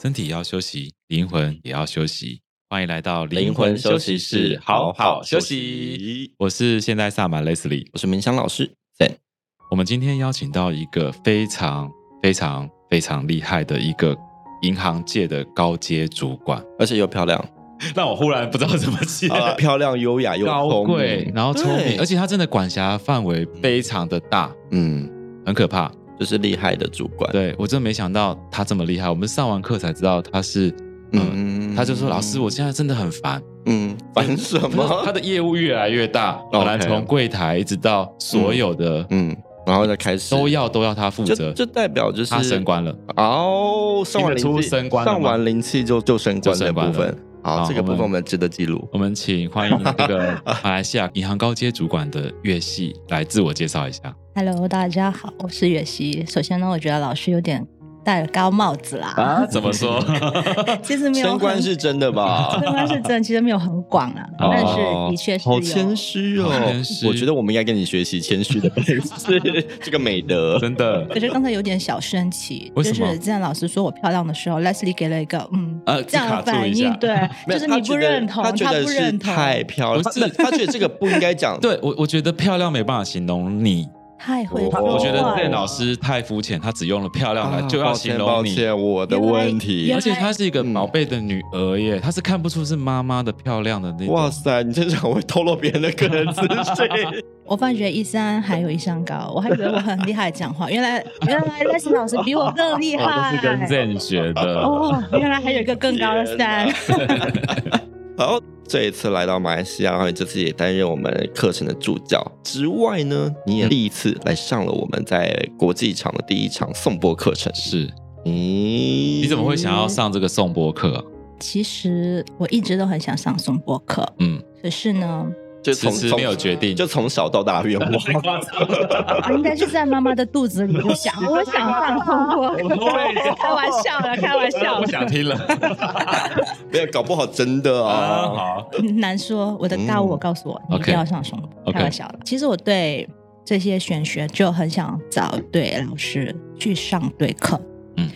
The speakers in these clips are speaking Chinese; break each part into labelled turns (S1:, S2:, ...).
S1: 身体要休息，灵魂也要休息。欢迎来到
S2: 灵魂休息室，好好休。息。
S1: 我是现代萨满 Leslie，
S2: 我是明香老师。赞，
S1: 我们今天邀请到一个非常非常非常厉害的一个银行界的高阶主 管，
S2: 而且又漂亮，
S1: 让我忽然不知道怎么接。
S2: 好啦漂亮、优雅又
S1: 呃高
S2: 聪明
S1: 贵，然后聪
S2: 对
S1: 明，而且他真的管辖范围非常的大，
S2: 嗯，
S1: 很可怕。
S2: 就是厉害的主管。
S1: 对我真没想到他这么厉害，我们上完课才知道他是，嗯，他就说老师，我现在真的很烦，
S2: 嗯，烦什么？
S1: 他的业务越来越大，
S2: OK
S1: 本来从柜台一直到所有的
S2: 嗯，然后再开始
S1: 都要都要他负责
S2: 就，就代表就是
S1: 他升官了。
S2: 哦，上完
S1: 听
S2: 灵
S1: 得
S2: 气
S1: 出升官了吗
S2: 上完灵气就就升官
S1: 就
S2: 的
S1: 升官
S2: 部
S1: 了
S2: 分。好，
S1: 好
S2: 这个部分
S1: 我们
S2: 我们值得记录。
S1: 我们请欢迎这 个马来西亚银行高阶主管的乐系来自我介绍一下。
S3: Hello，大家好，我是月熙。首先呢，我觉得老师有点戴了高帽子啦。
S1: 啊，怎么说？
S3: 其实没 有
S2: 啊升官
S3: 很
S2: 是真的吧
S3: 升？官是真的，其实没有很广啊，
S1: 哦
S3: 但是的确是有
S2: 好谦虚哦
S1: 好谦，虚
S2: 我觉得我们应该跟你学习谦虚的 本事，这个美德。
S1: 真的
S3: 可是刚才有点小生气，
S1: 为
S3: 就
S1: 什么
S3: 是之前老师说我漂亮的时候，Leslie 给了一个嗯
S2: 啊
S1: 呃
S3: 这样的
S1: 卡住
S3: 反
S1: 一下
S3: 应，对，
S2: 没有
S3: 就是
S2: 他
S3: 你不
S2: 觉得
S3: 认同，
S2: 他觉得
S3: 不
S2: 是
S3: 认同，
S2: 太漂亮，
S1: 不是
S2: 他他觉得这个不应该讲
S1: ，对我，我觉得漂亮没办法形容你。
S3: 太会
S2: 哦
S3: 说话了。
S1: 我觉得郑老师太肤浅，他只用了漂亮来
S2: 啊
S1: 就要形
S2: 抱
S1: 容你
S2: 歉，嗯抱。歉我的问题
S3: 原
S1: 而
S3: 来。
S1: 且她是一个宝贝的女儿耶，她是看不出是妈妈的漂亮的那种。
S2: 哇塞，你真是很会透露别人的个人啊资讯。
S3: 我发觉一山还有一山高，我还以为我很厉害讲话，原来原来 Leslie 老师比我 更厉
S2: 哦
S3: 害。
S1: 我都是跟 Zen 学的。
S3: 哦，原来还有一个更高的山。
S2: 然后这一次来到马来西亚，然后你这次也担任我们课程的助教之外呢，你
S1: 嗯
S2: 也第一次来上了我们在国际场的第一场颂钵课程。
S1: 是，
S2: 咦
S1: 你怎么会想要？上这个颂钵课啊？
S3: 其实我一直都很想上颂钵课，
S1: 嗯，
S3: 可是呢，
S2: 嗯就
S1: 迟
S2: 从
S1: 迟
S2: 从
S1: 没有决定。
S2: 就从小到大愿 望。
S3: 我哦应该是在妈妈的肚子 里就想，我想上颂钵课，开玩笑了，开玩笑
S1: 不想
S3: 了，
S1: 听 了
S2: 没有，搞不好真的
S1: 啊！
S2: 啊。
S1: 好，
S3: 难说。我的大我告诉我，
S1: 嗯
S3: 你不要上颂钵，
S1: OK
S3: 开玩笑了。其实我对这些玄学就很想找对老师去上对课。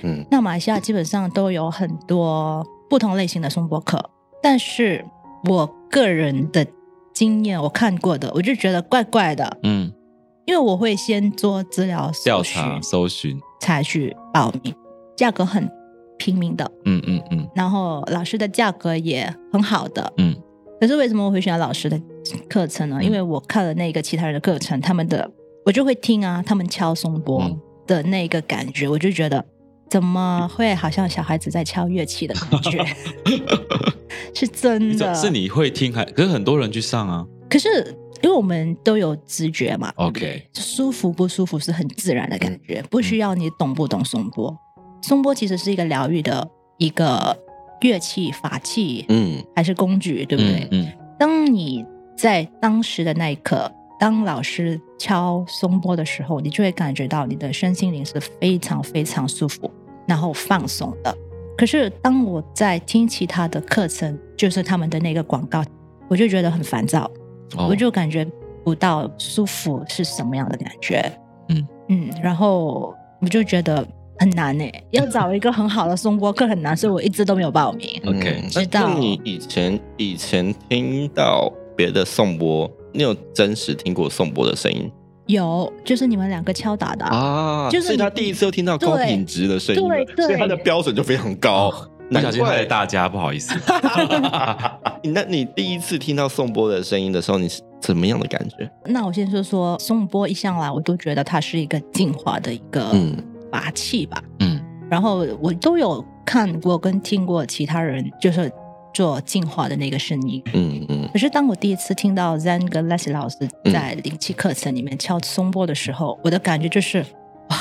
S2: 嗯，
S3: 那马来西亚基本上都有很多不同类型的松波课，但是我个人的经验，我看过的，我就觉得怪怪的，
S1: 嗯，
S3: 因为我会先做资料搜
S1: 调
S3: 寻
S1: 查搜寻，
S3: 才去报名，价格很平民的，
S1: 嗯嗯嗯
S3: 然后老师的价格也很好的。
S1: 嗯，
S3: 可是为什么我会选老师的课程呢？
S1: 嗯
S3: 因为我看了那个其他人的课程，他们的我就会听啊，他们敲松波
S1: 嗯
S3: 的那个感觉，我就觉得怎么会好像小孩子在敲乐器的感 觉， 是真的。
S1: 是你会听还？可是很多人去上啊。
S3: 可是因为我们都有直觉嘛
S1: OK，
S3: 就舒服不舒服是很自然的
S1: 嗯
S3: 感觉，不需要你懂不懂松波。松波其实是一个疗愈的一个乐器、法器，
S2: 嗯，
S3: 还是工具，对不对？
S1: 嗯嗯，
S3: 当你在当时的那一刻，当老师敲松波的时候，你就会感觉到你的身心灵是非常非常舒服，然后放松的。可是当我在听其他的课程，就是他们的那个广告，我就觉得很烦躁，
S1: 哦
S3: 我就感觉不到舒服是什么样的感觉。
S1: 嗯
S3: 嗯，然后我就觉得很难诶、要找一个很好的松波课很难，所以我一直都没有报名。
S1: OK，
S2: 嗯
S3: 知道
S2: 那你以前以前听到别的颂钵，你有真实听过颂钵的声音
S3: 有，就是你们两个敲打的啊
S2: 啊？
S3: 就是
S2: 所以他
S3: 你
S2: 第一次又听到高
S3: 对
S2: 品质的声音了
S3: 对，对
S2: 所以他的标准就非常高。
S1: 哦不小心害了
S2: 难怪
S1: 大家，不好意 思。
S2: 你那你第一次听到颂钵的声音的时候，你是怎么样的感觉？
S3: 那我先说说松波一向来，我都觉得它是一个进化的一个
S2: 嗯
S3: 法器吧。
S1: 嗯
S3: 然后我都有看过跟听过其他人就是做进化的那个声音。
S2: 嗯嗯
S3: 可是当我第一次听到 Zen 跟 Leslie 老师在灵气课程里面敲松波的时候，我的感觉就是哇，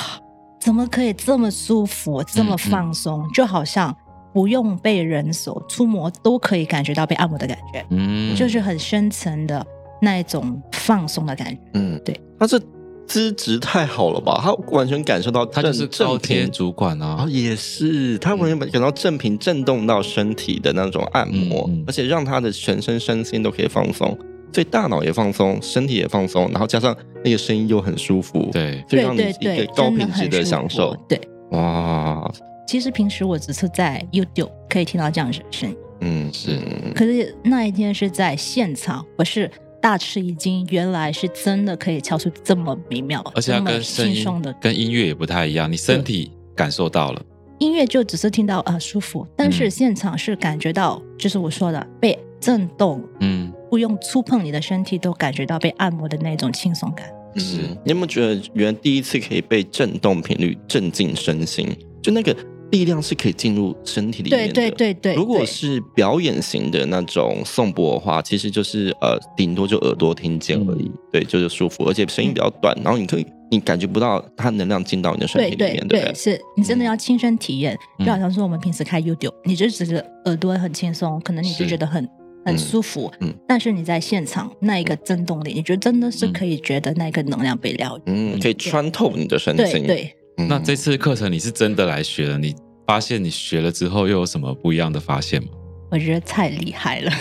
S3: 怎么可以这么舒服，这么放
S2: 嗯
S3: 松，就好像不用被人手触摸都可以感觉到被按摩的感觉，
S1: 嗯，
S3: 就是很深层的那一种放松的感觉。
S2: 嗯，
S3: 对，
S2: 他这资质太好了吧？他完全感受到
S1: 他就是
S2: 正
S1: 高阶
S2: 正频
S1: 主管
S2: 啊、
S1: 啊。
S2: 也是，他完全感到正频震动到身体的那种按摩，
S1: 嗯嗯
S2: 而且让他的全身身心都可以放松，所以大脑也放松，身体也放松，然后加上那个声音又很舒服，，
S1: 对，
S2: 就
S3: 对
S2: 让你
S3: 对
S2: 一个
S3: 对，
S2: 高
S3: 真的
S2: 品质
S3: 很
S2: 的
S3: 舒
S2: 享
S3: 服
S2: 受。
S3: 对，
S2: 哇，
S3: 其实平时我只是在 YouTube 可以听到这样子的声音，
S2: 嗯，
S1: 是
S2: 嗯
S3: 可是那一天是在现场，我是大吃一惊，原来是真的可以敲出这么美妙，
S1: 而且它
S3: 这么
S1: 跟声
S3: 轻
S1: 音
S3: 松的
S1: 跟音乐也不太一样，你身体感受到了，
S3: 音乐就只是听到啊、呃舒服，但是
S1: 嗯
S3: 现场是感觉到，就是我说的被震动，
S1: 嗯，
S3: 不用触碰你的身体都感觉到被按摩的那种轻松感。
S1: 是
S2: 嗯你有没有觉得，原来第一次可以被震动频率震进身心，就那个力量是可以进入身体里面
S3: 对
S2: 的。
S3: 对对对，
S2: 如果
S3: 对
S2: 是表演型的那种颂钵的话，其实就是呃，顶多就耳朵听见而
S3: 嗯
S2: 已，对，就是舒服，而且声音比较短，然后你可以你感觉不到它能量进到你的身体
S3: 对
S2: 里
S3: 对
S2: 面，对不嗯
S3: 对，是你真的要亲身体验，
S1: 嗯
S3: 就好像说我们平时开 YouTube，你就只是耳朵很轻松，可能你就是觉得很很
S2: 嗯
S3: 舒服，
S2: 嗯
S3: 但是你在现场那一个震动力，你就真的是可以觉得那个能量被疗愈。
S2: 嗯，可以穿透你的身
S3: 对
S2: 心。
S3: 对，
S2: 嗯，
S1: 那这次课程你是真的来学了，你发现你学了之后又有什么不一样的发现 吗？
S3: 我觉得太厉害 了。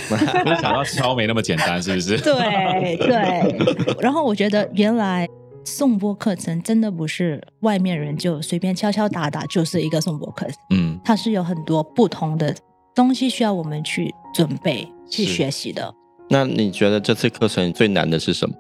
S1: 没想到敲没那么简单，是不是？
S3: 对 对， 然后我觉得原来颂钵课程真的不是外面人就随便敲敲打打就是一个颂钵课程，
S1: 嗯，
S3: 它是有很多不同的东西需要我们去准备、去
S1: 是
S3: 学习的。
S2: 那你觉得这次课程最难的是什么？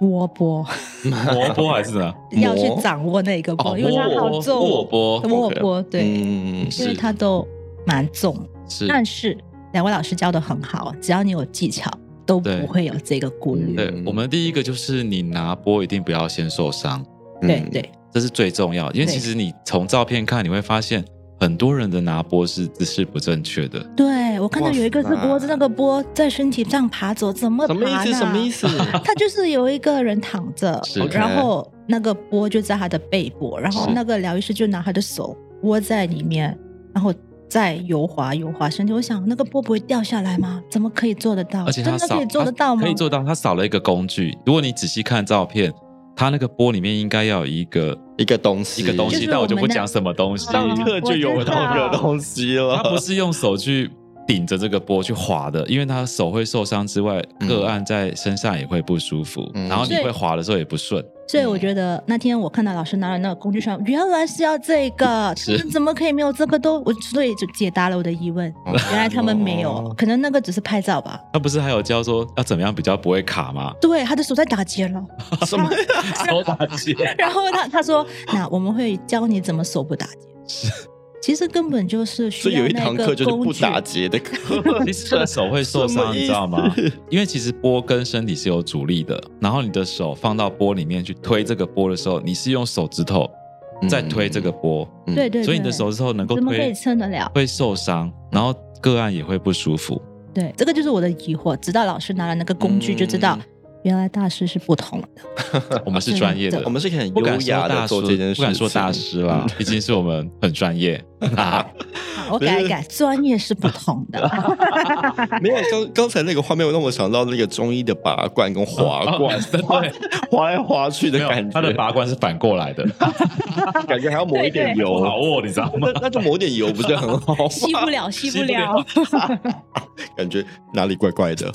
S3: 窝钵
S1: 磨波还是呢？
S3: 要去
S2: 磨
S3: 掌握那个
S1: 哦
S3: 钵，因为它好
S1: 握
S3: 重，
S1: 握钵
S3: 握钵对，
S2: 嗯，
S3: 因为
S1: 是
S3: 它都蛮重，
S1: 是，
S3: 但是两位老师教的很好，只要你有技巧，都不
S1: 对
S3: 会有这个顾虑。
S1: 对我们第一个就是你拿波一定不要先受伤，
S3: 对
S2: 嗯，
S3: 对
S1: 这是最重要的，因为
S3: 对
S1: 其实你从照片看，你会发现很多人的拿波是姿势不正确的，
S3: 对，我看到
S2: 哇
S3: 有一个是波
S2: 塞
S3: 子，那个波在身体上爬走，怎么爬
S2: 什么意
S3: 呢？
S2: 思？什么意
S3: 思？
S2: 思？
S3: 他就是有一个人躺着
S1: 是，
S3: 然后那个波就在他的背部，然后
S1: 是
S3: 那个疗愈师就拿他的手窝在里面，然后再油滑油滑身体。我想那个波不会掉下来吗？怎么可以做得到？
S1: 而且
S3: 真
S1: 他
S3: 的
S1: 少
S3: 可以做得到吗？
S1: 可以做到，他少了一个工具。如果你仔细看照片，他那个波里面应该要有一个
S2: 一个东西，
S1: 一个东
S3: 就
S1: 西，
S3: 是
S1: 但
S3: 我
S1: 我就
S3: 们
S1: 不
S3: 那嗯
S1: 讲什么东西。
S3: 上
S2: 一课就有那个东西了。
S1: 他不是用手去顶着这个波去滑的，因为他手会受伤之外，
S2: 嗯
S1: 个案在身上也会不舒服，
S2: 嗯
S1: 然后你
S3: 所以
S1: 会滑的时候也不顺。
S3: 所以我觉得那天我看到老师拿了那个工具箱，原来是要这个，他
S1: 是
S3: 们怎么可以没有这个都？我所以就解答了我的疑问，
S2: 哦
S3: 原来他们没有
S2: 哦，
S3: 可能那个只是拍照吧。
S1: 他不是还有教说要怎么样比较不会卡 吗？
S3: 对，他的手在打结了。
S2: 什么？
S1: 手打结，
S3: 然后他他说，那我们会教你怎么手不打结。 其实根本就是
S2: 所
S3: 需
S2: 以
S3: 要
S2: 有一
S3: 那
S2: 堂课
S3: 个
S2: 就是
S3: 工
S2: 不
S3: 具。
S2: 打结的课，
S1: 其实这个手会受
S2: 什
S1: 伤，
S2: 么意思
S1: 你知道吗？因为其实波跟身体是有阻力的，然后你的手放到波里面去推这个波的时候，你是用手指头在推这个波，
S2: 嗯
S3: 对对对，
S1: 所以你的手指头能够
S3: 怎么可以
S1: 推
S3: 撑得了？
S1: 会受伤，然后个案也会不舒服。
S3: 对，这个就是我的疑惑。直到老师拿了那个工具，就知道、
S2: 嗯
S3: 原来大师是 不同的。
S1: 我们是专业的
S3: 真，
S2: 我们是可以很
S1: 不
S2: 优
S1: 敢说
S2: 雅
S1: 大
S2: 的
S1: 师，
S2: 做这件事情，
S1: 不敢说大师啦，毕竟是我们很专业。
S3: 好，我改一改，专业是不同的。
S2: 没有，刚刚才那个画面让我想到那个中医的拔罐跟滑罐，滑
S1: 对
S2: 滑来滑去的
S1: 没有
S2: 感觉，
S1: 他的拔罐是反过来的，
S2: 感觉还要抹一点
S1: 不好
S2: 油，
S1: 握，你知道吗？
S2: 那那就抹点油不是很 好吗？
S3: 吸不了，吸不
S1: 不
S3: 了。
S2: 感觉哪里怪 怪的，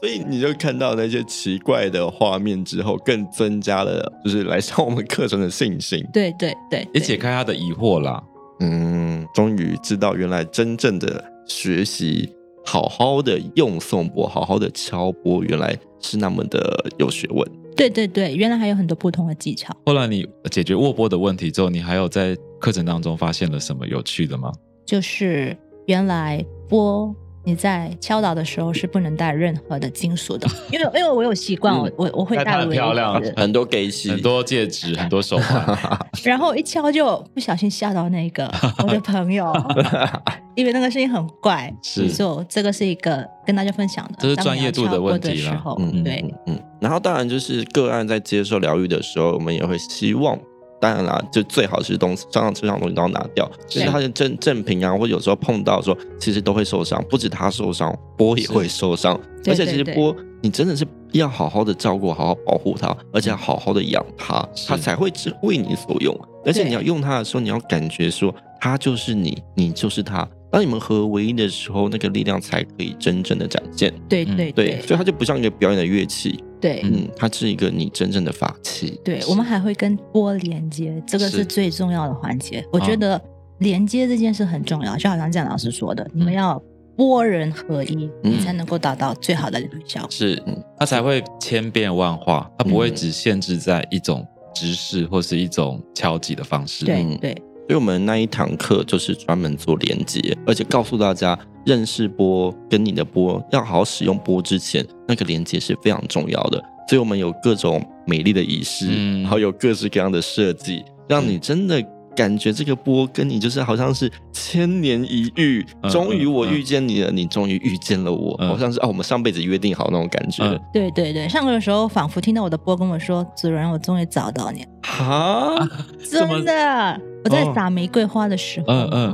S2: 所以你就看到那些奇怪的画面之后，更增加了就是来上我们课程的信心。
S3: 对对对，
S1: 也
S3: 对
S1: 解开他的疑惑啦。
S2: 嗯，终于知道原来真正的学习，好好的用颂钵，好好的敲钵，原来是那么的有学问。
S3: 对对对，原来还有很多不同的技巧。
S1: 后来你解决握波的问题之后，你还有在课程当中发现了什么有趣的吗？
S3: 就是原来波你在敲打的时候是不能带任何的金属 的，因为因为我有习惯，我我我会
S1: 嗯那它
S3: 带
S1: 很
S3: 围
S1: 漂亮
S3: 子，
S2: 很多给戏，
S1: 啊很多戒指，很多手环，
S3: 然后一敲就不小心吓到那 个我的朋友，因为那个声音很怪，
S1: 是
S3: 就这个是一个跟大家分享的，
S1: 这是
S3: 当你
S1: 专业
S3: 要
S1: 度的
S3: 敲波
S1: 问
S3: 的
S1: 题
S3: 时
S1: 啦
S3: 候，
S2: 嗯，
S3: 对
S2: 嗯，嗯，然后当然就是个案在接受疗愈的时候，我们也会希望，当然啦，就最好是东西身上身上的东西都要拿掉，就是他的正正品啊，或者有时候碰到的时候，其实都会受伤，不止他受伤，波也会受伤，
S3: 是
S2: 而且其实
S3: 对对对
S2: 波你真的是要好好的照顾，好好保护它，而且要好好的养它，
S1: 是
S2: 它才会只为你所用，而且
S3: 嗯对
S2: 你要用它的时候，你要感觉说它就是你，你就是它。当你们合为一的时候，那个力量才可以真正的展现。
S3: 对
S1: 嗯
S3: 对
S2: 对，
S3: 对
S2: 所以它就不像一个表演的乐器，
S3: 对
S1: 嗯
S2: 嗯，它是一个你真正的法器。
S3: 对，我们还会跟波连接，这个
S2: 是
S3: 是最重要的环节。我
S1: 啊
S3: 觉得连接这件事很重要，就好像郑老师说的，你们
S1: 嗯
S3: 要波人合一，
S2: 嗯
S3: 你才能够达到最好的疗效。
S1: 是
S2: 嗯，
S1: 它才会千变万化，它不会
S2: 嗯
S1: 只限制在一种直视或是一种敲击的方式。
S3: 对
S2: 嗯
S3: 对
S2: 所以我们那一堂课就是专门做连接，而且告诉大家认识波跟你的波要好好使用波之前，那个连接是非常重要的。所以我们有各种美丽的仪式，
S1: 嗯
S2: 然后有各式各样的设计，让你真的感觉这个波跟你就是好像是千年一遇
S1: 嗯，
S2: 终于
S1: 嗯
S2: 我
S1: 嗯
S2: 遇见你了，你终于遇见了我，
S1: 嗯
S2: 好像是啊我们上辈子约定好那种感觉。
S1: 嗯
S3: 对对对，上课的时候仿佛听到我的波跟我说：“主人，我终于找到你。
S2: 哈，”
S1: 这么
S3: 真的，我在
S2: 哦
S3: 撒玫瑰花的时候，
S1: 嗯嗯，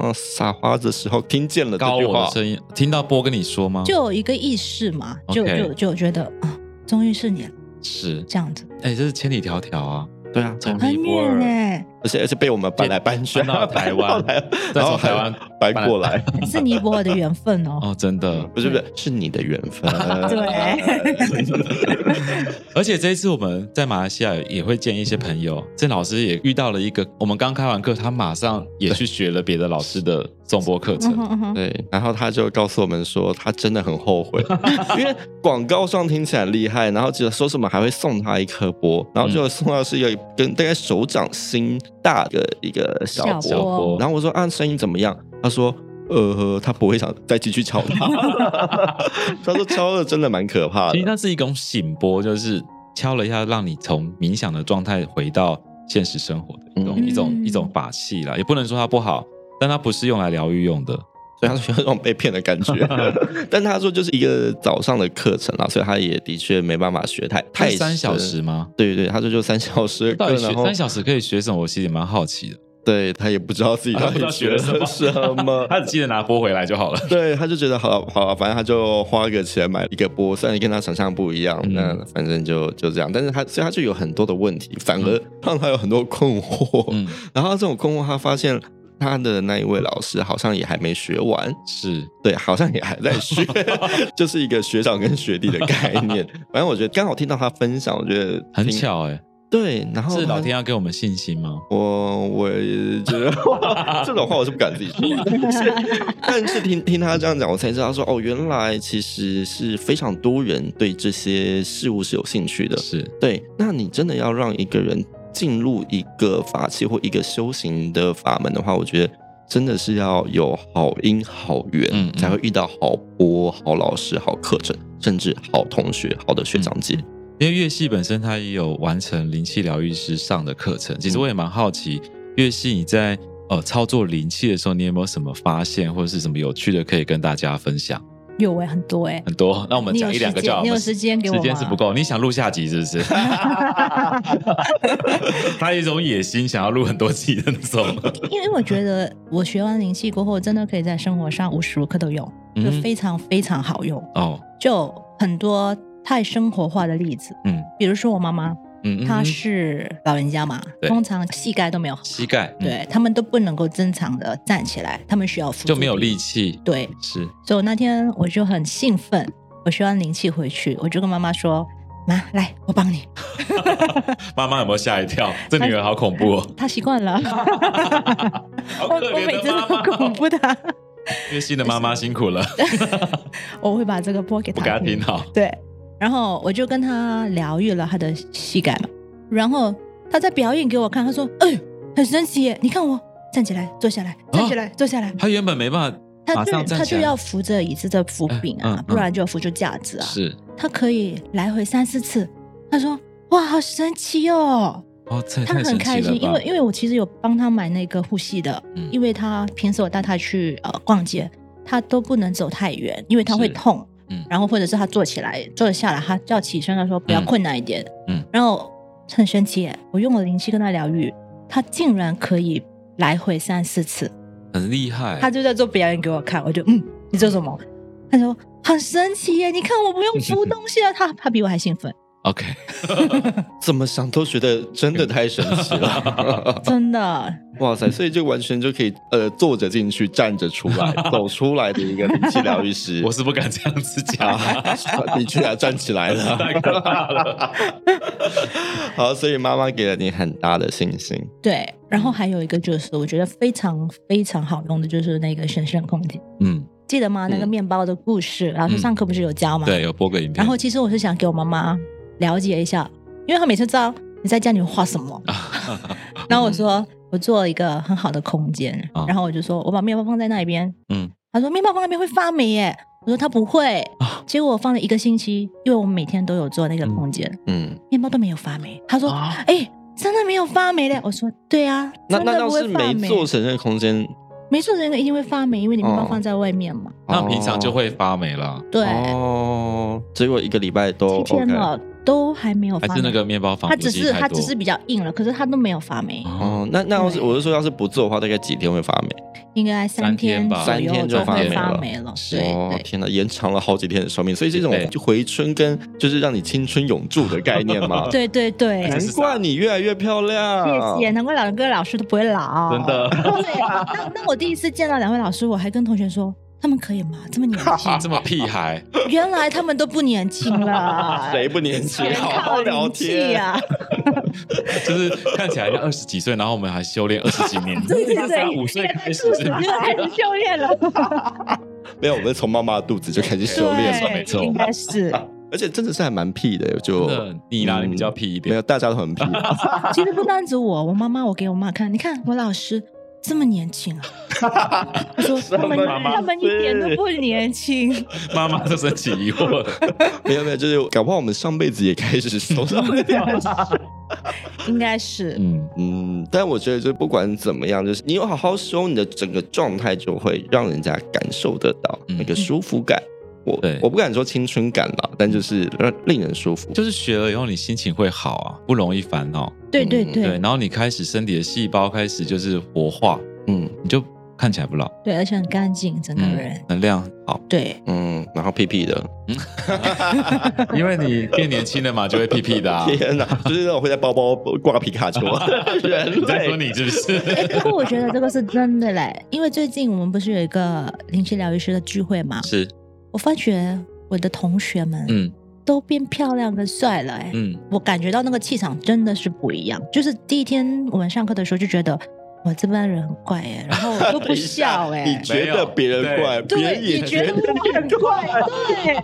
S2: 哦，撒花的时候听见了这
S1: 高
S2: 句
S1: 我
S2: 话
S1: 的，声音，听到波跟你说吗？
S3: 就有一个意识嘛，就
S1: OK
S3: 就就觉得啊，终于是你了，
S1: 是，
S3: 这样子
S1: 哎，这是千里迢迢啊，
S2: 对啊，对
S1: 从
S2: 啊
S3: 很
S1: 尼泊
S3: 远
S1: 尔
S3: 呢，
S2: 而且而且被我们搬来搬去，
S1: 搬到台湾
S2: 搬到
S1: 再
S2: 然后
S1: 从台湾
S2: 搬过来，嗯
S3: 是尼泊尔的缘分哦。
S1: 哦，真的。
S2: 不是不是，是你的缘 分。
S1: 啊哦
S3: 对，
S1: 而且这一次我们在马来西亚也会见一些朋友，郑老师也遇到了一个，我们刚开完课，他马上也去学了别的老师的颂钵课
S3: 嗯
S1: 程。
S3: 哼嗯哼
S2: 对，然后他就告诉我们说，他真的很 后悔，因为广告上听起来很厉害，然后只说什么还会送他一颗波，然后
S1: 嗯
S2: 就送到是一个跟大概手掌心大的一个小
S3: 小
S2: 波，
S1: 小
S3: 波
S1: 波，
S2: 然后我说啊，声音怎么样？他说。呃，他不会想再继续敲 他。他说敲的真的蛮可怕
S1: 其实
S2: 的。
S1: 它是一种醒波，就是敲了一下，让你从冥想的状态回到现实生活的一种、
S2: 嗯
S1: 一种
S3: 嗯
S1: 一种法器啦，也不能说它不好，但它不是用来疗愈用的。
S2: 所以他说有种被骗的 感觉，但他说就是一个早上的课程啦，所以他也的确没办法学太太
S1: 它是三
S2: 深
S1: 小时。吗？
S2: 对对，他说就三小时的
S1: 到
S2: 课，
S1: 底学
S2: 然后
S1: 三小时可以学什么？我其实也蛮好奇 的，
S2: 对他也不知道自己到底学了什么，
S1: 他只记得拿波回来就好 了。
S2: 对他就觉得好好，反正他就花个钱买一个波，虽然跟他想象不一样，
S1: 嗯
S2: 那反正就就这样。但是他所以他就有很多的问题，反而让他有很多困惑。
S1: 嗯，
S2: 然后这种困惑，他发现他的那一位老师好像也还没学完，
S1: 是
S2: 对，好像也还在学， 就是一个学长跟学弟的概念。反正我觉得刚好听到他分享，我觉得
S1: 很
S2: 挺。
S1: 巧哎、
S2: 对，然后
S1: 是老
S2: 他
S1: 天要给我们信心吗？
S2: 我我觉 得这种话我是不敢自己说的， 但是但是听听他这样讲，我才知道说哦，原来其实是非常多人对这些事物是有兴趣的。
S1: 是，
S2: 对，那你真的要让一个人进入一个法器或一个修行的法门的话，我觉得真的是要有好因好缘，
S1: 嗯嗯
S2: 才会遇到好波、好老师、好课程，甚至好同学、好的学长姐。
S1: 因为乐系本身它也有完成灵气疗愈师上的课程，其实
S2: 嗯
S1: 我也蛮好奇，乐系你在呃操作灵气的时候，你有没有什么发现或者是什么有趣的可以跟大家分享？
S3: 有哎，很多哎。
S1: 很多，那我们
S3: 你有
S1: 讲一
S3: 时
S1: 两个就
S3: 间
S1: 好。
S3: 你
S1: 我们
S3: 有时间给我
S1: 时间
S3: 吗
S1: 是不够，你想录下集是不是？ 他有一种野心，想要录很多集的那 种。
S3: 因为我觉得我学完灵气过后，真的可以在生活上无时无刻都用，就
S1: 嗯
S3: 非常非常好用。
S1: 哦，
S3: 就很多太生活化的例子，
S1: 嗯
S3: 比如说我妈妈，
S1: 嗯，嗯
S3: 她
S1: 嗯
S3: 是老人家嘛，
S1: 对
S3: 通常膝盖都没有好，
S1: 膝盖，嗯，
S3: 对他们都不能够正常的站起来，他们需要
S1: 就没有力
S3: 气。
S1: 气，
S3: 对，
S1: 是，
S3: 所以我那天我就很兴奋，我学完灵气回去，我就跟妈妈说：“妈，来，我帮你。
S1: 妈妈有没有吓一跳？这女人好恐怖” 哦，
S3: 她习惯了，
S1: 好
S3: 我
S1: 可
S3: 我每
S1: 怜
S3: 次
S1: 的妈妈
S3: 都恐
S1: 哦。
S3: 怖她，
S1: 月薪的妈妈辛苦了，
S3: 我会把这个播给
S1: 不
S3: 她
S1: 给她听啊 好。
S3: 对，然后我就跟他疗愈了他的膝盖嘛，然后他在表演给我看，他说：“哎，很神奇耶，你看我站起来，坐下来，站起来，坐下来。
S1: 她原本没办法，
S3: 他
S1: 哦马
S3: 就
S1: 上站
S3: 他
S1: 起
S3: 就
S1: 来
S3: 要扶着椅子的扶柄
S1: 嗯
S3: 啊，
S1: 嗯
S3: 不然就扶着架子啊。
S1: 是
S3: 他可以来回三四次。他说：“哇，好神奇哦！”
S1: 哦，这也
S3: 他
S1: 太
S3: 很
S1: 神
S3: 开
S1: 奇
S3: 心
S1: 了，
S3: 因
S1: 吧
S3: 为？因为我其实有帮他买那个护膝的，
S1: 嗯
S3: 因为他平时我带他去呃逛街，他都不能走太远，因为他会
S1: 是
S3: 痛。
S1: 嗯
S3: 然后或者是他坐起来坐下来，他叫起身的时候比较
S1: 嗯
S3: 困难一点。
S1: 嗯
S3: 然后很神奇耶，我用我的灵气跟他疗愈，他竟然可以来回三四次，
S1: 很厉害，
S3: 他就在做表演给我看，我就嗯，你做什么？他说很神奇耶，你看我不 用扶东西了，啊他他比我还兴奋，
S1: OK，
S2: 怎么想都觉得真的太神奇了。
S3: 真的。
S2: 哇塞，所以就完全就可以呃坐着进去，站着出 来，走出来的一个灵气疗愈师。啊
S1: 我是不敢这样子讲，
S2: 你居然啊站起来 了，
S1: 太可怕了。
S2: 好，所以妈妈给了你很大的信心。
S3: 对，然后还有一个就是我觉得非常非常好用的，就是那个神圣空间，
S1: 嗯，
S3: 记得吗？那个
S2: 嗯
S3: 面包的故事，老师上课不是有教吗？
S1: 对，。有播个影片，
S3: 然后其实我是想给我妈妈了解一下，因为她每次知道你在家里面画什么，然后我说我做了一个很好的空间，
S1: 嗯啊
S3: 然后我就说我把面包放在那边，
S1: 嗯，
S3: 她说面包放那边会发霉耶，我说她不会
S1: 啊，
S3: 结果我放了一个星期，因为我每天都有做那个
S1: 嗯
S3: 空间，
S2: 嗯，
S3: 面包都没有发霉，她说
S1: 啊
S3: 哎。真的没有发霉嘞！我说对啊，
S2: 那
S3: 真
S2: 那
S3: 的
S2: 要
S3: 不
S2: 是
S3: 会发
S2: 没
S3: 霉。
S2: 做神圣空间，
S3: 没做人一定会发霉，因为你面包
S2: 哦
S3: 放在外面嘛。
S1: 那平常就
S2: 哦
S1: 会发霉了，
S3: 对，
S2: 哦，结果一个礼拜都
S3: 七
S2: OK，
S3: 天了都还没有发
S1: 还
S3: 霉。
S1: 是那个面包放
S3: 它
S1: 不
S3: 哦只
S1: 进
S3: 是
S1: 太
S3: 它
S1: 多
S3: 只是比较硬了，可是它都没有发霉，
S1: 哦，
S2: 哦，那那要是
S3: 对
S2: 我是说，要是不做的话，大概几天会发霉？
S3: 应该
S1: 三天
S3: 天
S1: 吧
S3: 左
S2: 三
S3: 右
S2: 天就
S3: 就会
S1: 发
S3: 发
S2: 霉
S3: 霉了。对
S2: 哦，
S3: 对，
S2: 天哪，延长了好几天的寿命，所以这种
S1: 对
S2: 就回春跟就是让你青春永驻的概念嘛。
S3: 对对对。
S2: 难怪你越来越漂亮。
S3: 谢谢，难怪两位老师都不会老。
S1: 真。的
S3: 对，那那我第一次见到两位老师，我还跟同学说，他们可以吗？这么年
S1: 这
S3: 轻，
S1: 么屁孩，
S3: 原来他们都不年轻了。
S2: 谁不年轻？
S3: 全
S2: 好
S3: 靠
S2: 好聊
S3: 灵气
S2: 天。
S3: 啊！
S1: 就是看起来像二十几岁，然后我们还修炼二十几年，
S3: 对对
S1: 三
S3: 对，
S1: 五岁开始
S3: 素质就 开始修炼了。
S2: 没有，我们从妈妈的肚子就开始修炼了，
S3: 对
S1: 没错
S3: 应该是。
S2: 而且真的是还蛮屁的，就
S1: 真的你啦你比较屁一点
S2: 没有，大家都很 屁。
S3: 其实不单止我，我妈妈，我给我妈看，你看我老师这么年 轻啊，我说
S2: 什么
S3: 他们
S2: 意思
S3: 他们一点都不 年轻，
S1: 妈妈就生起疑惑了。
S2: 没有没有，就是搞不好我们上辈子也开始受伤 了。
S3: 应该是
S1: 嗯，
S2: 嗯，但我觉得就不管怎么样，就是你有好好修，你的整个状态就会让人家感受得到
S1: 嗯
S2: 那个舒服感。我
S1: 对
S2: 我不敢说青春感吧，但就是让令人舒服。
S1: 就是学了以后，你心情会好啊，不容易烦恼。
S3: 对对
S2: 嗯
S1: 对，
S3: 对
S1: 然后你开始身体的细胞开始就是活化，
S2: 嗯
S1: 你就看起来不老，嗯
S3: 对，而且很干净，整个人
S1: 能量 好，
S3: 对
S2: 嗯，然后屁屁的，
S1: 因为你变年轻了嘛，就会屁屁的 啊。
S2: 天哪，就是那种会在包包挂皮卡丘啊 人
S1: 你在说
S2: 类。
S1: 你是不是？
S3: 哎，不过我觉得这个是真的嘞，因为最近我们不是有一个灵气疗愈师的聚会嘛，
S1: 是，
S3: 我发觉我的同学们
S1: 嗯
S3: 都变漂亮跟帅了，哎，
S1: 嗯，
S3: 我感觉到那个气场真的是不一样。就是第一天我们上课的时候就觉得，哇，这帮人很怪哎、然后我都不
S2: 等一下
S3: 笑哎、
S2: 你觉得别人怪， 别
S3: 对，
S2: 人也
S3: 你觉得
S2: 得
S3: 我很怪，对。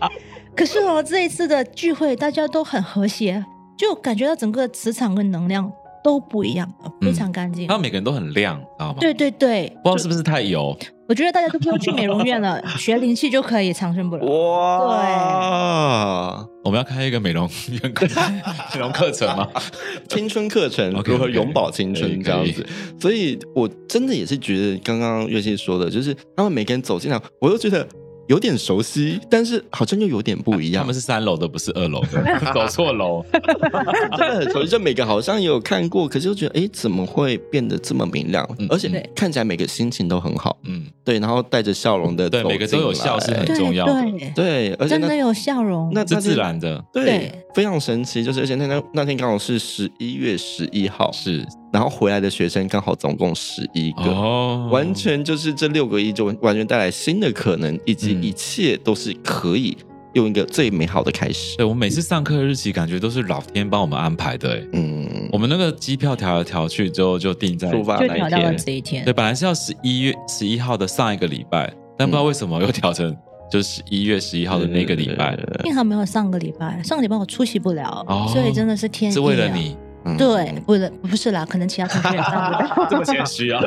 S3: 可是哦，这一次的聚会大家都很和谐，就感觉到整个磁场跟能量都不一样了，非常干净。
S1: 他们每个人都很亮，知道吗？，
S3: 对对对，
S1: 不知道是不是太油，
S3: 我觉得大家都不用去美容院了，学灵气就可以长生不
S2: 哦
S3: 老。
S2: 哇！
S1: 我们要开一个美容 院课美容课程 吗？
S2: 青春课程
S1: OK，OK，
S2: 如何永葆青
S1: 可以
S2: 春这样
S1: 可
S2: 子，所以我真的也是觉得刚刚月曦说的，就是他们每个人走进来，我又觉得有点熟悉，但是好像又有点不一
S1: 他
S2: 样
S1: 们。是三楼的，不是二楼 的，走错楼。啊
S2: 真的 很熟悉，就每个好像也有看过，可是又觉得哎，诶怎么会变得这么明亮
S1: 嗯？
S2: 而且
S3: 对
S2: 看起来每个心情都很好，
S1: 嗯，
S2: 对，然后带着笑容的，
S1: 对，每个都有笑是很
S3: 对
S1: 重要的，
S3: 对，
S2: 对，而且
S3: 真
S2: 那
S3: 的有笑容。
S2: 那
S1: 是
S2: 那
S1: 自然的，
S2: 对
S3: 对，
S2: 非常神奇，就是而且那天那天刚好是十一月十一号，
S1: 是
S2: 然后回来的学生刚好总共十一个，
S1: 哦，
S2: 完全就是这六个亿就完全带来新的可能，以及
S1: 嗯
S2: 一切都是可以用一个最美好的开始。
S1: 对我每次上课的日期，感觉都是老天帮我们安排的、欸。
S2: 嗯
S1: 我，们那个机票调来调去之后，就定在
S2: 出发
S3: 就
S2: 那
S3: 调
S2: 一
S3: 到了
S2: 天，
S3: 这一天
S1: 对，，本来是要十一月十一号的上一个礼拜，但
S2: 嗯
S1: 不知道为什么又调成就是十一月十一号的那个礼拜，
S2: 呃
S3: 幸好没有上个礼拜，上个礼拜我出席不了，
S1: 哦
S3: 所以真的是天意、啊。
S1: 是为了你，
S2: 嗯
S3: 对，不是不是啦，可能其他同学也上不 到。
S1: 这么谦虚啊？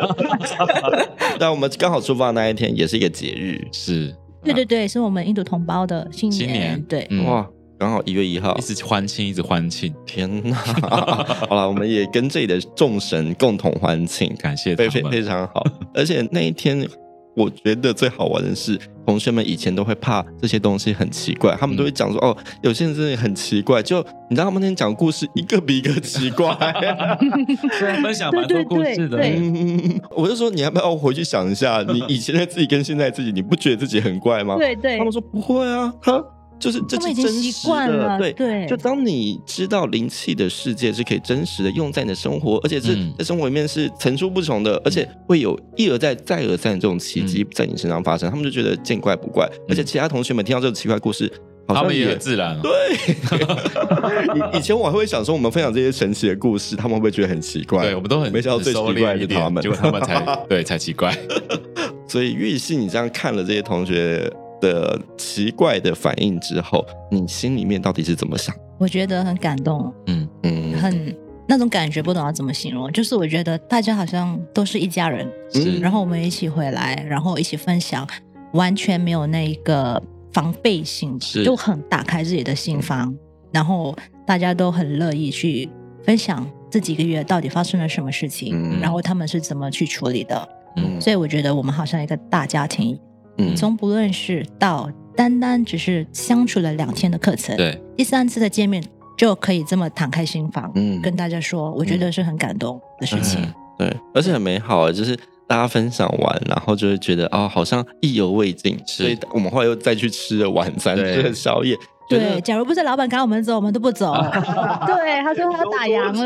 S2: 但我们刚好出发那一天也是一个节日，
S1: 是，
S3: 对对对，是我们印度同胞的新年。
S1: 新年
S3: 对，
S1: 嗯，
S2: 哇，刚好一月一 号
S1: 一，直欢庆，一直欢庆，
S2: 天哪！ 好了，我们也跟这里的众神共同欢庆，
S1: 感谢他
S2: 非非
S1: 们。
S2: 非常好。而且那一天，我觉得最好玩的是，同学们以前都会怕这些东西很奇怪，他们都
S3: 嗯
S2: 会讲说：“哦，有些人真的很奇怪。”就你知道，他们那天讲故事一个比一个奇 怪。
S1: 分享蛮多故事的，
S3: 对对对对
S2: 嗯，我就说你要不要回去想一下，你以前的自己跟现在自己，你不觉得自己很怪吗？
S3: 对对
S2: 他们说不会啊，他就是这
S3: 他们
S2: 是
S3: 已经
S2: 真
S3: 习
S2: 实
S3: 惯
S2: 的，
S3: 了
S2: 对
S3: 对
S2: 就当你知道灵气的世界是可以真实的用在你的生活，而且是
S1: 嗯
S2: 在生活里面是层出不穷的，而且会有一而再、再而三的这种奇迹在你身上发生，他们就觉得见怪不怪。而且其他同学们听到这种奇怪故事，好
S1: 嗯他
S2: 像
S1: 们也
S2: 也
S1: 很自然、哦。
S2: 对。 以以前我还会想说，我们分享这些神奇的故事，他们会不会觉得很奇怪？
S1: 对，我们都很
S2: 没想到最
S1: 收
S2: 奇怪
S1: 敛
S2: 的
S1: 一
S2: 是
S1: 点，
S2: 他们，
S1: 结果他们 才对才奇怪。
S2: 所以玉溪，你这样看了这些同学的奇怪的反应之后，你心里面到底是怎么想？
S3: 我觉得很感动，
S1: 嗯，
S2: 嗯，
S3: 很那种感觉，不懂要怎么形容。就是我觉得大家好像都是一家人，
S2: 嗯
S1: 是
S3: 然后我们一起回来，然后一起分享，完全没有那一个防备心，
S1: 是
S3: 就很打开自己的心房，然后大家都很乐意去分享这几个月到底发生了什么事情，
S2: 嗯
S3: 然后他们是怎么去处理的。
S1: 嗯
S3: 所以我觉得我们好像一个大家庭一样，
S2: 嗯
S3: 从不认识到单单只是相处了两天的课程，
S1: 对，
S3: 第三次的见面就可以这么敞开心房，
S2: 嗯
S3: 跟大家说，我觉得是很感动的事情。
S1: 嗯
S2: 对，而且很美好，欸就是大家分享完，然后就会觉得哦，好像意犹未尽，
S1: 是
S2: 所以我们后来又再去吃了晚餐，
S1: 对
S2: 吃了宵夜，觉得
S3: 对，假如不是老板赶我们走，我们都不走。对，他说他要打烊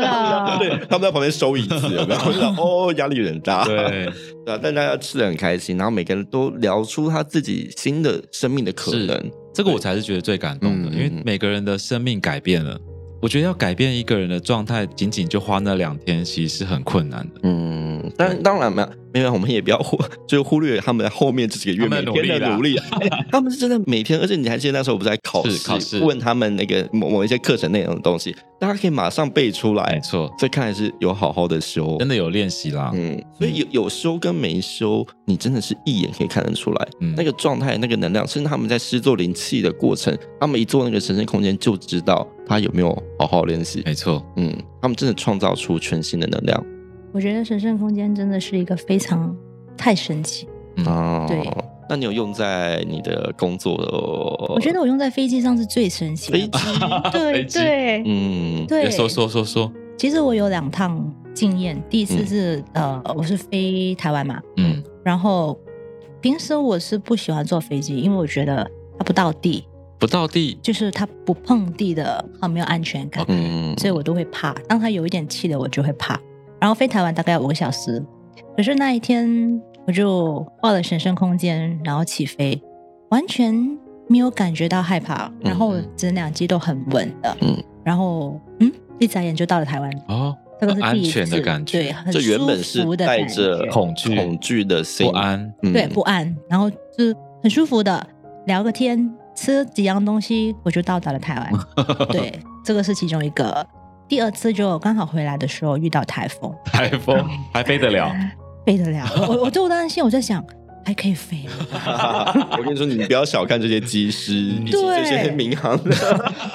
S3: 了。
S2: 对，他们在旁边收椅子，有没有？ 我就想哦，压力很
S1: 嗯
S2: 大。
S1: 对，
S2: 对啊，但大家吃的很开心，然后每个人都聊出他自己新的生命的可
S1: 是
S2: 能。
S1: 这个我才是觉得最感动的，
S2: 嗯
S1: 因为每个人的生命改变了。我觉得要改变一个人的状态，仅仅就花那两天，其实是很困难的。
S2: 嗯，但当然没有，没有，我们也不要忽， 就是忽略他们后面这几个月
S1: 他
S2: 每
S1: 们的
S2: 天的努
S1: 努
S2: 力。 哎他们是真的每天，而且你还记得那时候我不是在考
S1: 是
S2: 试，
S1: 考试
S2: 问他们那个某某一些课程内容的东西，大家可以马上背出
S1: 没
S2: 来。
S1: 错，
S2: 这看来是有好好的修，
S1: 真的有练习啦。
S2: 嗯，所以有有修跟没修，你真的是一眼可以看得出来，
S1: 嗯
S2: 那个状态、那个能量，甚至他们在施作灵气的过程，他们一做那个神圣空间就知道他有没有好好练习。
S1: 没错，
S2: 嗯，他们真的创造出全新的能量
S3: 我觉得神圣空间真的是一个非常太神奇。
S1: 嗯
S2: 哦。
S3: 对，
S2: 那你有用在你的工作的？我
S3: 我觉，得我用在飞机上是最神奇
S2: 飞
S3: 的。
S2: 机，
S3: 对
S1: 飞机
S3: 对
S2: 嗯，
S3: 对，
S1: 说说说说，
S3: 其实我有两趟经验，第一次是呃，我是飞台湾嘛，
S1: 嗯，
S3: 然后平时我是不喜欢坐飞机，因为我觉得它不到地，
S1: 不到地
S3: 就是它不碰地的很没有安全感，
S2: 嗯，
S3: 所以我都会怕。当它有一点气的，我就会怕。然后飞台湾大概五个小时，可是那一天我就画了神圣空间，然后起飞，完全没有感觉到害怕，然后
S1: 嗯
S3: 整两机都很稳的，
S2: 嗯，
S3: 然后嗯，一眨眼就到了台湾，
S1: 哦，
S3: 这个是
S1: 安
S3: 第一
S1: 全的
S3: 次
S1: 感觉
S3: 对，很
S2: 这原本
S3: 舒
S2: 是
S3: 服的
S2: 带
S3: 感
S2: 着
S3: 觉
S1: 恐惧
S2: 恐惧的心
S1: 不， 安，
S2: 嗯
S3: 对，不安，然后就是很舒服的聊个天，吃几样东西，我就到达了台湾。对，这个是其中一个。第二次就刚好回来的时候遇到台风，
S1: 台风还飞得了，
S3: 飞得了，我我就担心，我在想还可以飞吗，
S2: 我跟你说，你不要小看这些机师，以及这些
S3: 嗯对
S2: 民航的，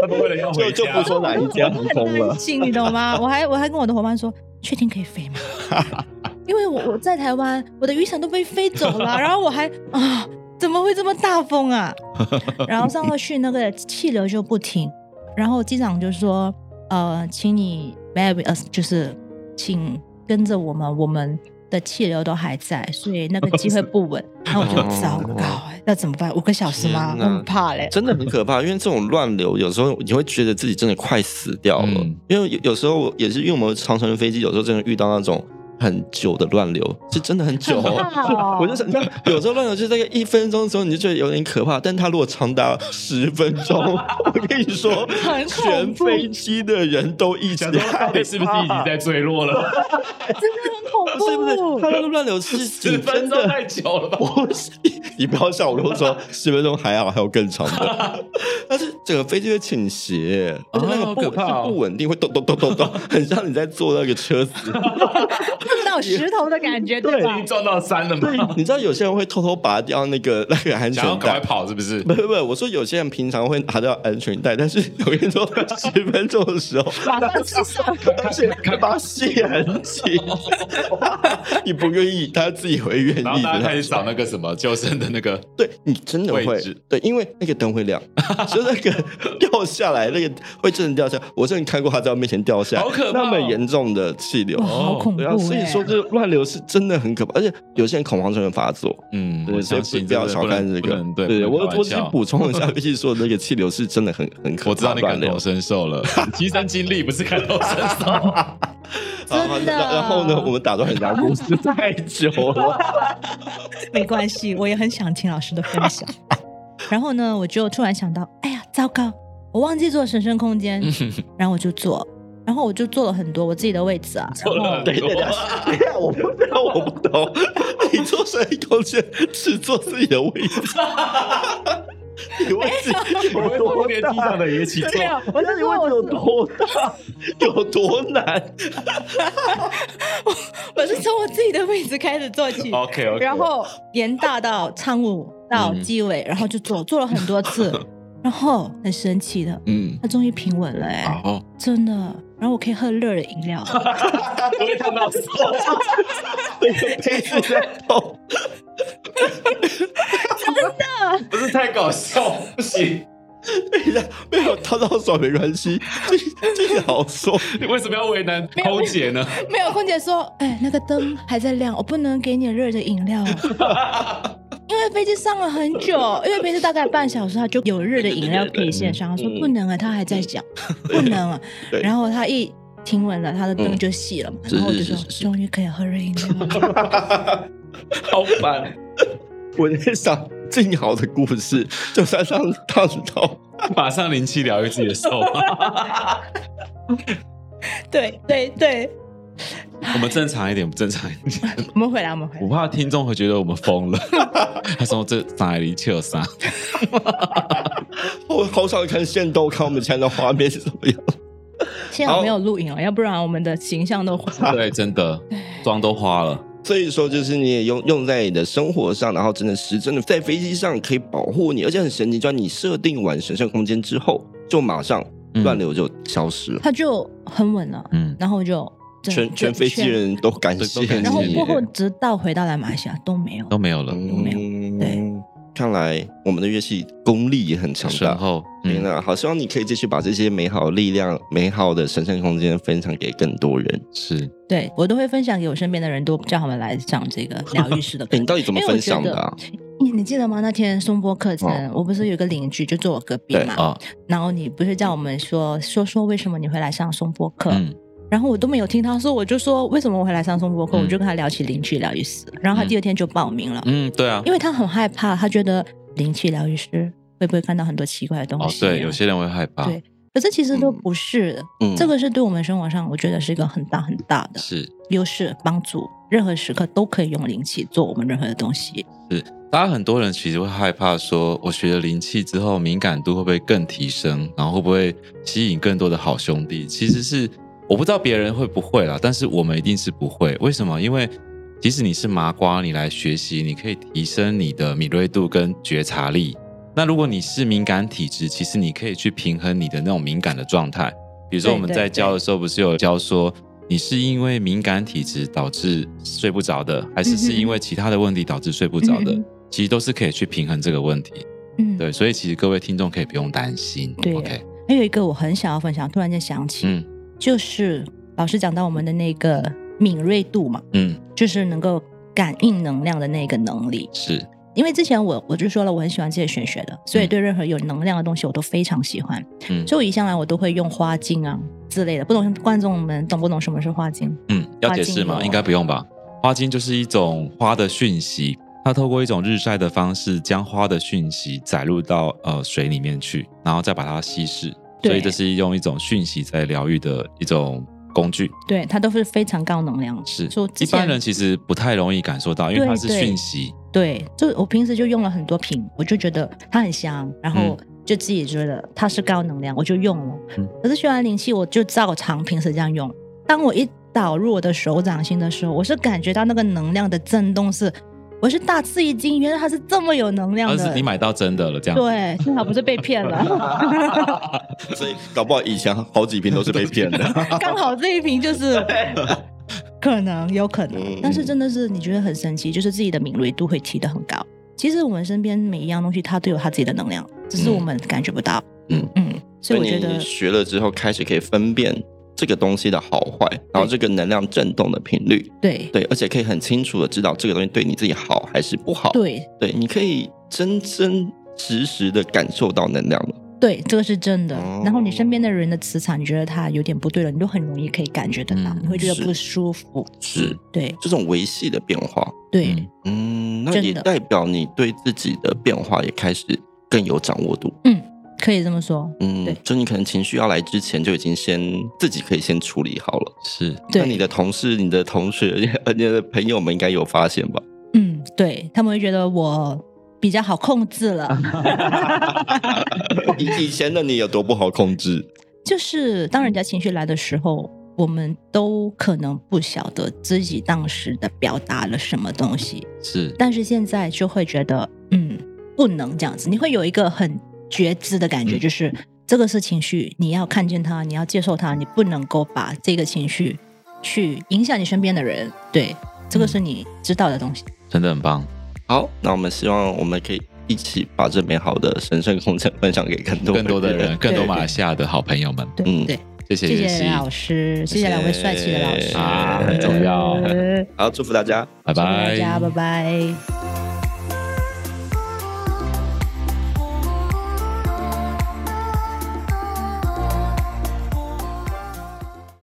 S1: 他们为了要
S2: 就就不说哪一家航
S3: 我
S2: 空
S3: 很
S2: 了
S3: 担。心，你懂吗？我还我还跟我的伙伴说，确定可 以飞吗？因为我我在台湾，我的雨伞都被飞走了，然后我还啊，怎么会这么大风啊？然后上了去那个气流就不停，然后机长就说，呃，请你 bear with us，就是请跟着我们，我们的气流都还在，所以那个机会 不稳。然后我就
S2: 哦
S3: 糟糕，要怎么办？五个小时吗？
S2: 天
S3: 我
S2: 哪
S3: 很怕嘞。
S2: 真的很可怕，因为这种乱流，有时候你会觉得自己真的快死掉了。
S1: 嗯
S2: 因为有有时候我也是，因为我们长城飞机，有时候真的遇到那种很久的乱流，是真的很久、 哦。我就想，你看，有时候乱流就是大概一分钟的时候，你就觉得有点可怕，但它如果长达十分钟， 我跟你说，
S3: 很恐
S2: 全
S3: 怖
S2: 飞机的人都一起害怕，
S1: 坠落了？
S3: 真的很
S2: 是
S3: 恐
S2: 不
S3: 怖，
S2: 是？
S1: 哦
S2: 它那个乱流是 你真的
S1: 久了吧？
S2: 不是，你不要笑我。如果说十分钟还好，还有更长 的，但是整个飞机会倾斜，而且那个
S1: 好
S2: 不、
S1: 可怕哦
S2: 是不稳定，会咚咚咚咚咚，很像你在坐那个 车子。
S3: 碰到石头的感觉，对吧？
S1: 撞到山了嘛？
S2: 你知道有些人会偷偷拔掉那个那个安
S1: 想要
S2: 全
S1: 赶快
S2: 带。
S1: 跑是不是
S2: 不？不不，我说有些人平常会拿掉安全带，但是有跟你说 十分钟的时候，
S3: 马上吃上，
S2: 而且把它系很紧，你不愿意，他自己会愿意
S1: 然后
S2: 的。
S1: 大家开始找那个什么救生的那个，
S2: 对你真的
S1: 位
S2: 会
S1: 置
S2: 对，因为那个灯会 亮，就那个掉下来，那个会真的掉下来。我真的看过他在我面前掉下来，
S1: 好可怕哦
S2: 那么严重的气流
S3: 哇，。好恐怖
S2: 对啊，所以
S3: 哎
S2: 说这乱流是真的很可怕，而且有些人恐慌症会发作。
S1: 嗯，
S2: 对，
S1: 我
S2: 所
S1: 相
S2: 以
S1: 信
S2: 不不要
S1: 真的
S2: 小看
S1: 能
S2: 这
S1: 不
S2: 个
S1: 能。对，
S2: 对，
S1: 不
S2: 对
S1: 能
S2: 我
S1: 开
S2: 我
S1: 玩
S2: 只是
S1: 笑
S2: 补充一下，必须说那个气流是真的很很可 怕。
S1: 我知道你
S2: 乱
S1: 感
S2: 流
S1: 同。身受 了，提神经历不是感同身受。
S2: 好好
S3: 真的
S2: 然然后呢，我们打断人家故事太久了。
S3: 没关系，我也很想听老师的分 享。然后呢，我就突然想到，哎呀，糟糕，我忘记做神圣空间，
S2: 嗯
S3: 然后我就做，然后我就做了很多我自己的位置啊，然
S1: 做了
S3: 后
S1: 很多
S2: 等一下，等一下，我不知道，我不懂。你做生意空间只做自己的位置，你位置有 多大？
S1: 的也一起
S3: 没有，我
S2: 我
S3: 是
S2: 那你
S3: 说
S2: 位
S3: 我
S2: 置有多大？有多难？嗯
S3: 我是从我自己的位置开始做起，
S1: OK OK，
S3: 然后延大到仓务
S2: 嗯
S3: 到机尾，然后就做做了很 多次，然后很神奇的，
S1: 嗯，
S3: 它终于平稳了、哎、
S1: 好，哦
S3: 真的。然后我可以喝热的饮料，
S1: 不会烫到手。
S2: 那个杯子在哦动，
S1: 不是太搞笑，不行！
S2: 等一下没有烫到手没关系，这这个好说。
S1: 你为什么要为难空姐呢？
S3: 没有空姐说，哎，那个灯还在亮，我不能给你热的饮 料，因为飞机上了很久，因为飞机大概半小时，它就有热的饮料可以献上。他说
S2: 嗯
S3: 不能啊，他还在讲，不能啊。
S2: 对
S3: 然后他一停稳了，他的灯
S2: 嗯
S3: 就熄了嘛，
S2: 是
S3: 然后我就是说
S2: 是是，是
S3: 终于可以喝热饮料 了。
S1: 好烦，
S2: 我在想，静好的故事，就算让烫到，
S1: 马上灵气疗愈自己的手。啊
S3: 对对对，
S1: 我们正常一点，不正常一点。
S3: 我们回来，我们回来
S1: 我。怕听众会觉得我们疯了。 他说这哪里有 啥？
S2: 我好想看现动，看我们现在的画面是怎么样。
S3: 幸好没有录影了，要不然我们的形象都毁了。
S1: 对，真的妆都花了。
S2: 所以说，就是你也用用在你的生活上，然后真的是真的在飞机上可以保护你，而且很神奇，就是你设定完神圣空间之后，就马上
S1: 嗯
S2: 乱流就消失了，
S3: 他就很稳了，
S1: 嗯，
S3: 然后就就
S2: 全
S3: 就
S2: 全飞机人都感谢
S1: 都感谢
S2: 你。
S1: 你
S3: 然后过后直到回到来马来西亚都没有。
S1: 都没有了，
S3: 都没有对
S2: 嗯，看来我们的乐器功力也很强
S1: 身
S2: 大。
S1: 后嗯
S2: 天呐，好希望你可以继续把这些美好的力量、美好的神圣空间分享给更多人。
S1: 嗯是
S3: 对我都会分享给我身边的人，都叫他们来上这个疗愈师的 课
S2: 哎，。你到底怎么
S3: 因为我
S2: 分
S3: 觉
S2: 享的、
S3: 得
S2: 啊？
S3: 你你记得吗？那天松波课程，
S2: 哦
S3: 我不是有一个邻居就坐我隔壁
S2: 对哦
S3: 嘛，
S1: 啊，
S3: 然后你不是叫我们说说说为什么你会来上松波课？
S1: 嗯
S3: 然后我都没有听他说，我就说为什么我会来上松波课？
S1: 嗯
S3: 我就跟他聊起邻居疗愈师，然
S2: 嗯
S3: 后他第二天就报名了，
S1: 嗯，对啊
S3: 因，为他很害怕，他觉得灵气疗愈师会不会看到很多奇怪的东
S1: 哦
S3: 西、啊
S1: 对，有些人会害怕，
S3: 对可是其实都不是的，
S2: 嗯嗯
S3: 这个是对我们生活上，我觉得是一个很大很大的
S1: 是
S3: 优势帮助。任何时刻都可以用灵气做我们任何的东西。
S1: 是，大家很多人其实会害怕说，我学了灵气之后，敏感度会不会更提升，然后会不会吸引更多的好兄弟？其实是我不知道别人会不会啦，但是我们一定是不会。为什么？因为即使你是麻瓜，你来学习，你可以提升你的敏锐度跟觉察力。那如果你是敏感体质，其实你可以去平衡你的那种敏感的状态。比如说
S3: 对
S1: 我们
S3: 对
S1: 在教
S3: 对
S1: 的时候，不是有教说你是因为敏感体质导致睡不着的，还是是因为其他的问题导致睡不着的？
S3: 嗯
S1: 其实都是可以去平衡这个问题。
S3: 嗯，
S1: 对，所以其实各位听众可以不用担心。
S3: 对
S1: OK，
S3: 还有一个我很想要分享，突然间想起，
S1: 嗯
S3: 就是老师讲到我们的那个敏锐度嘛，
S1: 嗯，
S3: 就是能够感应能量的那个能力。
S1: 是
S3: 因为之前我我就说了，我很喜欢这些玄学的，所以对任何有能量的东西我都非常喜欢。
S1: 嗯
S3: 所以我一向来我都会用花精啊之类的，不懂观众们懂不懂什么是花精？
S1: 嗯，要解释
S3: 花精
S1: 吗？
S3: 油
S1: 应该不用吧？花精就是一种花的讯息，它透过一种日晒的方式，将花的讯息载入到呃水里面去，然后再把它稀释。
S3: 对
S1: 所以这是用一种讯息在疗愈的一种工具。
S3: 对，它都是非常高能量的。
S1: 是
S3: 所以我，之
S1: 一般
S3: 前
S1: 人其实不太容易感受到，因为
S3: 对
S1: 它是
S3: 对
S1: 讯息。
S3: 对，就我平时就用了很多瓶，我就觉得它很香，然后就自己觉得它是高能量，我就用了。
S1: 嗯
S3: 可是学完灵气，我就照常平时这样用。当我一导入我的手掌心的时候，我是感觉到那个能量的震动是，我是大吃一惊，原来它是这么有能量
S1: 而
S3: 的
S1: 是你。买到真的了，这样子
S3: 对，幸好不是被骗了，
S2: 所以搞不好以前好几瓶都是被骗的。
S3: 刚好这一瓶就是。可能，有可能，
S2: 嗯
S3: 但是真的是你觉得很神奇，就是自己的敏锐度会提得很高。其实我们身边每一样东西，它都有它自己的能量，只是我们感觉不到。
S1: 嗯
S3: 嗯，所以我
S2: 你
S3: 觉得
S2: 你学了之后，开始可以分辨这个东西的好坏，然后这个能量震动的频率，
S3: 对
S2: 对，而且可以很清楚的知道这个东西对你自己好还是不好。
S3: 对
S2: 对，你可以真真实实的感受到能量了。
S3: 对，这个是真的。
S2: 哦
S3: 然后你身边的人的磁场，你觉得他有点不对了，你就很容易可以感觉得到，
S1: 嗯
S3: 你会觉
S2: 是
S3: 得不舒服。
S2: 是
S3: 对
S2: 这种维系的变化，
S3: 对、
S1: 嗯
S2: 嗯，那
S3: 真
S2: 也
S3: 的
S2: 代表你对自己的变化也开始更有掌握度。
S3: 可以这么说。
S2: 嗯
S3: 对，
S2: 就你可能情绪要来之前就已经先自己可以先处理好了。
S1: 是
S2: 那
S3: 对，
S2: 你的同事、你的同学、 呃你的朋友们应该有发现吧？
S3: 嗯，对他们会觉得我比较好控制了。
S2: 以以前的你有多不好控制？
S3: 就是当人家情绪来的时候，我们都可能不晓得自己当时的表达了什么东西，
S1: 是，
S3: 但是现在就会觉得，嗯，不能这样子，你会有一个很觉知的感
S2: 嗯
S3: 觉，就是这个是情绪，你要看见它，你要接受它，你不能够把这个情绪去影响你身边的人，对，这个
S2: 嗯
S3: 是你知道的东西。
S1: 真的很棒。
S2: 好，那我们希望我们可以一起把这美好的神圣空间分享给更多
S1: 更多的人，更多
S3: 对
S1: 马来西亚的好朋友们，
S3: 对、
S2: 嗯
S3: 对，
S1: 谢谢
S3: 谢
S1: 妍
S3: 谢
S1: 希，
S3: 老师，谢谢两位帅气的老
S2: 谢
S3: 师，
S2: 谢啊
S1: 很重要
S3: 谢谢
S2: 好，祝福大家。
S1: 拜拜，
S3: 大家拜拜。